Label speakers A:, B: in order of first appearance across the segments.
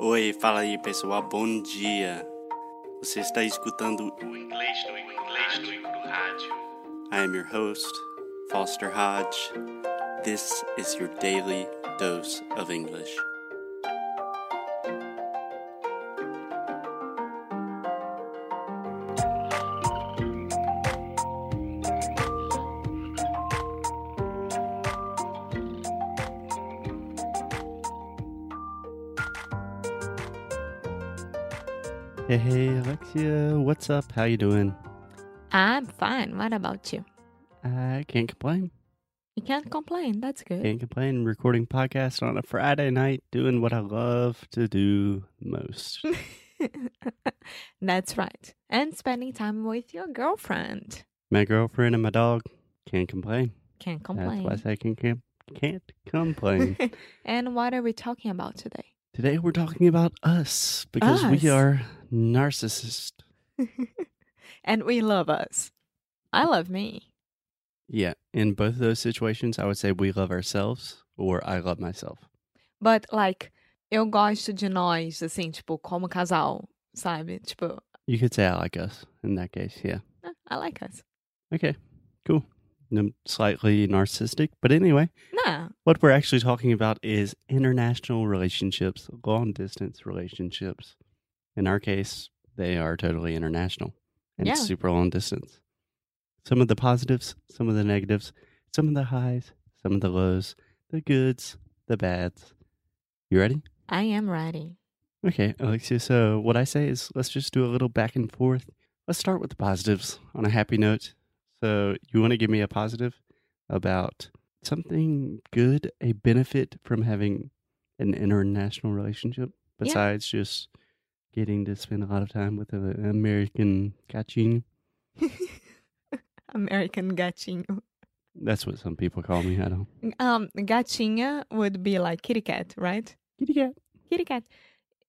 A: Oi, fala aí pessoal, bom dia. Você está escutando
B: O inglês do inglês do rádio.
A: I am your host, Foster Hodge. This is your daily dose of English. Hey, hey, Alexia, what's up? How you doing?
C: I'm fine. What about you?
A: I can't complain.
C: You can't complain. That's good.
A: Can't complain. Recording podcast on a Friday night, doing what I love to do most.
C: That's right. And spending time with your girlfriend.
A: my girlfriend and my dog can't complain.
C: Can't
A: That's why I
C: complain.
A: say can, can, can't complain.
C: and what are we talking about today?
A: Today we're talking about us because
C: Us.
A: we are narcissists.
C: And we love us. I love me.
A: Yeah, in both of those situations, I would say we love ourselves or I love myself.
C: But like, eu gosto de nós, assim, tipo, como casal, sabe? Tipo,
A: You could say I like us in that case. Yeah.
C: "Ah, I like us.
A: Okay. Cool. N- Slightly narcissistic, but anyway,
C: Nah,
A: what we're actually talking about is international relationships, long distance relationships. In our case, they are totally international and
C: Yeah.
A: super long distance. Some of the positives, some of the negatives, some of the highs, some of the lows, the goods, the bads. You ready?
C: I am ready.
A: Okay, Alexia. So, what I say is let's just do a little back and forth. Let's start with the positives on a happy note. So, you want to give me a positive about something good, a benefit from having an international relationship besides just getting to spend a lot of time with an American gachin?
C: American gatinho.
A: That's what some people call me. I don't.
C: Um, gatinha would be like kitty cat, right?
A: Kitty cat.
C: Kitty cat.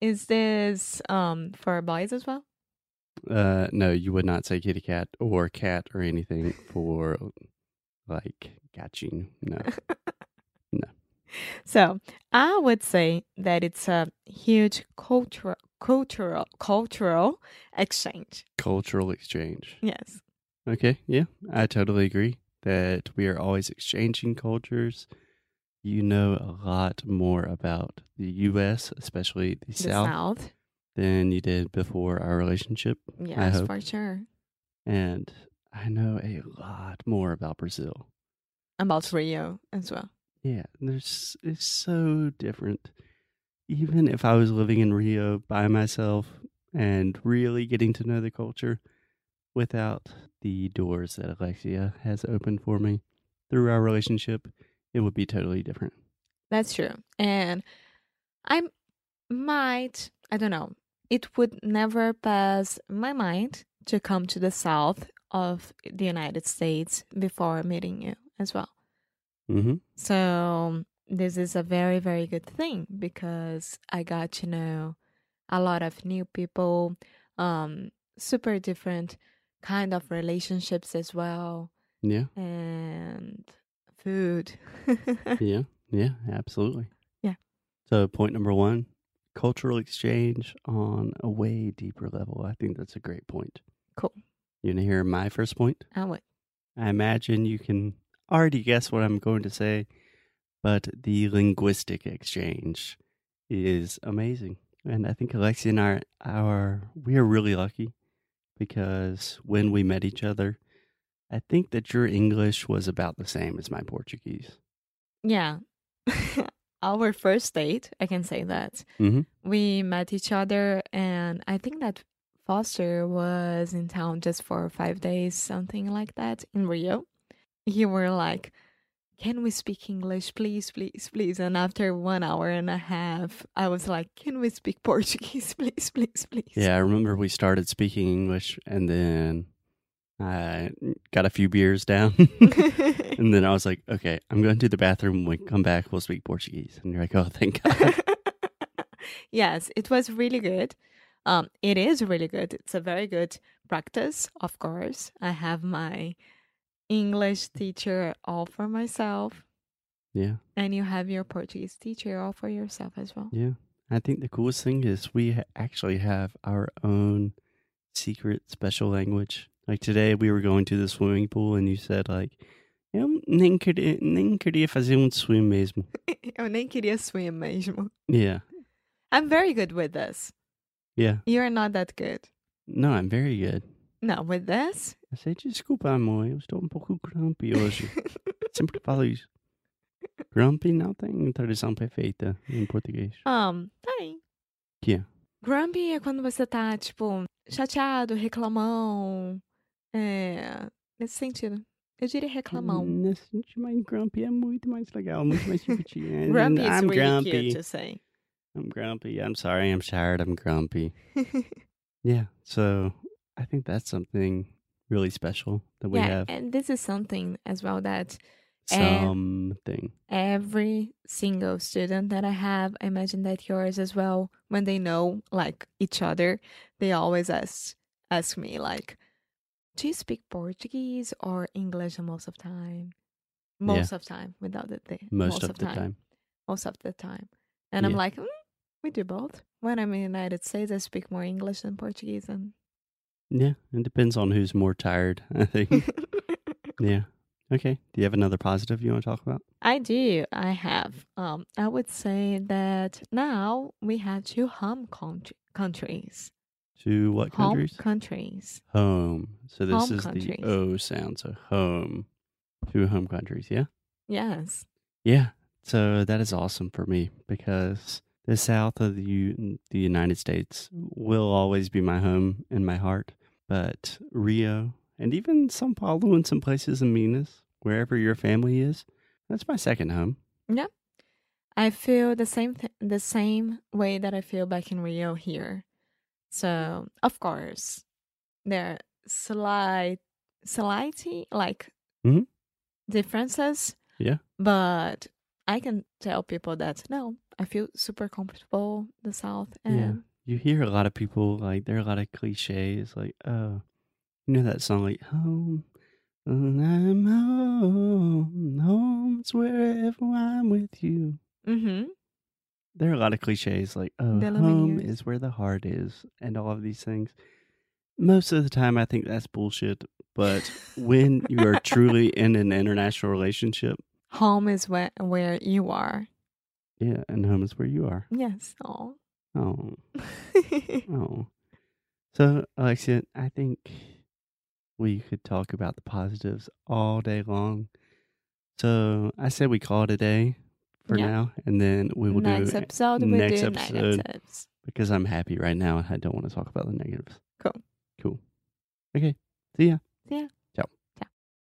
C: Is this um for boys as well?
A: Uh, no, you would not say kitty cat or cat or anything for like gachin. No.
C: So I would say that it's a huge cultural cultural cultural exchange.
A: Cultural exchange.
C: Yes.
A: Okay, yeah, I totally agree that we are always exchanging cultures. You know a lot more about the U.S., especially the,
C: The
A: South,
C: South.
A: than you did before our relationship.
C: Yes,
A: hope.
C: for sure.
A: And I know a lot more about Brazil.
C: About Rio as well.
A: Yeah, there's it's so different. Even if I was living in Rio by myself and really getting to know the culture without the doors that Alexia has opened for me through our relationship, it would be totally different.
C: That's true. And I might, I don't know, it would never pass my mind to come to the South of the United States before meeting you as well.
A: Mm-hmm.
C: So this is a very, very good thing because I got to know a lot of new people, um, super different kind of relationships as well,
A: Yeah,
C: and food.
A: yeah, yeah, absolutely.
C: Yeah.
A: So, point number one cultural exchange on a way deeper level. I think that's a great point.
C: Cool.
A: You want to hear my first point?
C: I would.
A: I imagine you can already guess what I'm going to say, but the linguistic exchange is amazing. And I think Alexia and I are we are really lucky because when we met each other, I think that your English was about the same as my Portuguese.
C: Yeah. Our first date, I can say that.
A: Mhm.
C: We met each other, and I think that Foster was in town just for five days, something like that, in Rio. You were like, Can we speak English, please, please, please? And after one hour and a half, I was like, Can we speak Portuguese, please, please, please?
A: Yeah, I remember we started speaking English and then I got a few beers down. and then I was like, okay, I'm going to the bathroom. When we come back, we'll speak Portuguese. And you're like, oh, thank God.
C: yes, it was really good. Um, it is really good. It's a very good practice, of course. I have my English teacher all for myself,
A: yeah.
C: and you have your Portuguese teacher all for yourself as well.
A: Yeah. I think the coolest thing is we ha- actually have our own secret special language. Like today, we were going to the swimming pool, and you said like, "Eu nem queria, nem queria fazer um swim mesmo."
C: Eu nem queria swim mesmo.
A: Yeah,
C: I'm very good with this.
A: yeah.
C: You're not that good.
A: No, I'm very good.
C: No, with this?
A: I said, "Desculpa, amor, eu estou um pouco grumpy hoje." Sempre falo isso. Grumpy não tem tradução perfeita em português.
C: um, tem.
A: Que é?
C: Grumpy é quando você tá, tipo, chateado, reclamão. É. Nesse sentido. Eu diria reclamão.
A: Nesse sentido, mas grumpy é muito mais legal, muito mais divertido. And
C: grumpy is
A: Hum, I'm
C: really
A: grumpy.
C: cute to say.
A: I'm grumpy. I'm sorry. I'm tired. I'm grumpy. Yeah. So I think that's something really special that we
C: yeah,
A: have.
C: and this is something as well that and-
A: Something.
C: every single student that I have, I imagine that yours as well, when they know like each other, they always ask ask me like, Do you speak Portuguese or English most of time? Most of time, without the thing.
A: Most, of, the time.
C: Most of the time. And I'm
A: Yeah.
C: like, "Mm, we do both. When I'm in the United States I speak more English than Portuguese and
A: Yeah. It depends on who's more tired, I think. yeah. Okay. Do you have another positive you want to talk about?
C: I do. I have. Um, I would say that now we have two home country- countries.
A: To what
C: home
A: countries?
C: countries.
A: home. So this
C: Home
A: is
C: countries.
A: the O sound. So home. Two home countries. Yeah.
C: Yes.
A: Yeah. So that is awesome for me because the South of the, U- the United States will always be my home and my heart. But Rio and even Sao Paulo and some places in Minas, wherever your family is, that's my second home.
C: I feel the same th- the same way that I feel back in Rio here. So of course, there are slight slightly like
A: Mhm.
C: differences.
A: Yeah.
C: But I can tell people that no, I feel super comfortable the South
A: Yeah.
C: and
A: You hear a lot of people like there are a lot of cliches like, oh, you know that song like home. I'm home, home's wherever I'm with you.
C: hmm
A: there are a lot of cliches like oh,
C: Della
A: home
C: Veneers.
A: is where the heart is and all of these things most of the time i think that's bullshit but when you are truly in an international relationship
C: home is where where you are.
A: yeah and home is where you are
C: Yes. Oh.
A: oh oh so alexia i think we could talk about the positives all day long so i said we call it a day for
C: Yeah.
A: now and then we will
C: next
A: do
C: episode we
A: next
C: do
A: episode.
C: negatives.
A: because i'm happy right now and i don't want to talk about the negatives
C: Cool.
A: cool okay see ya
C: Yeah.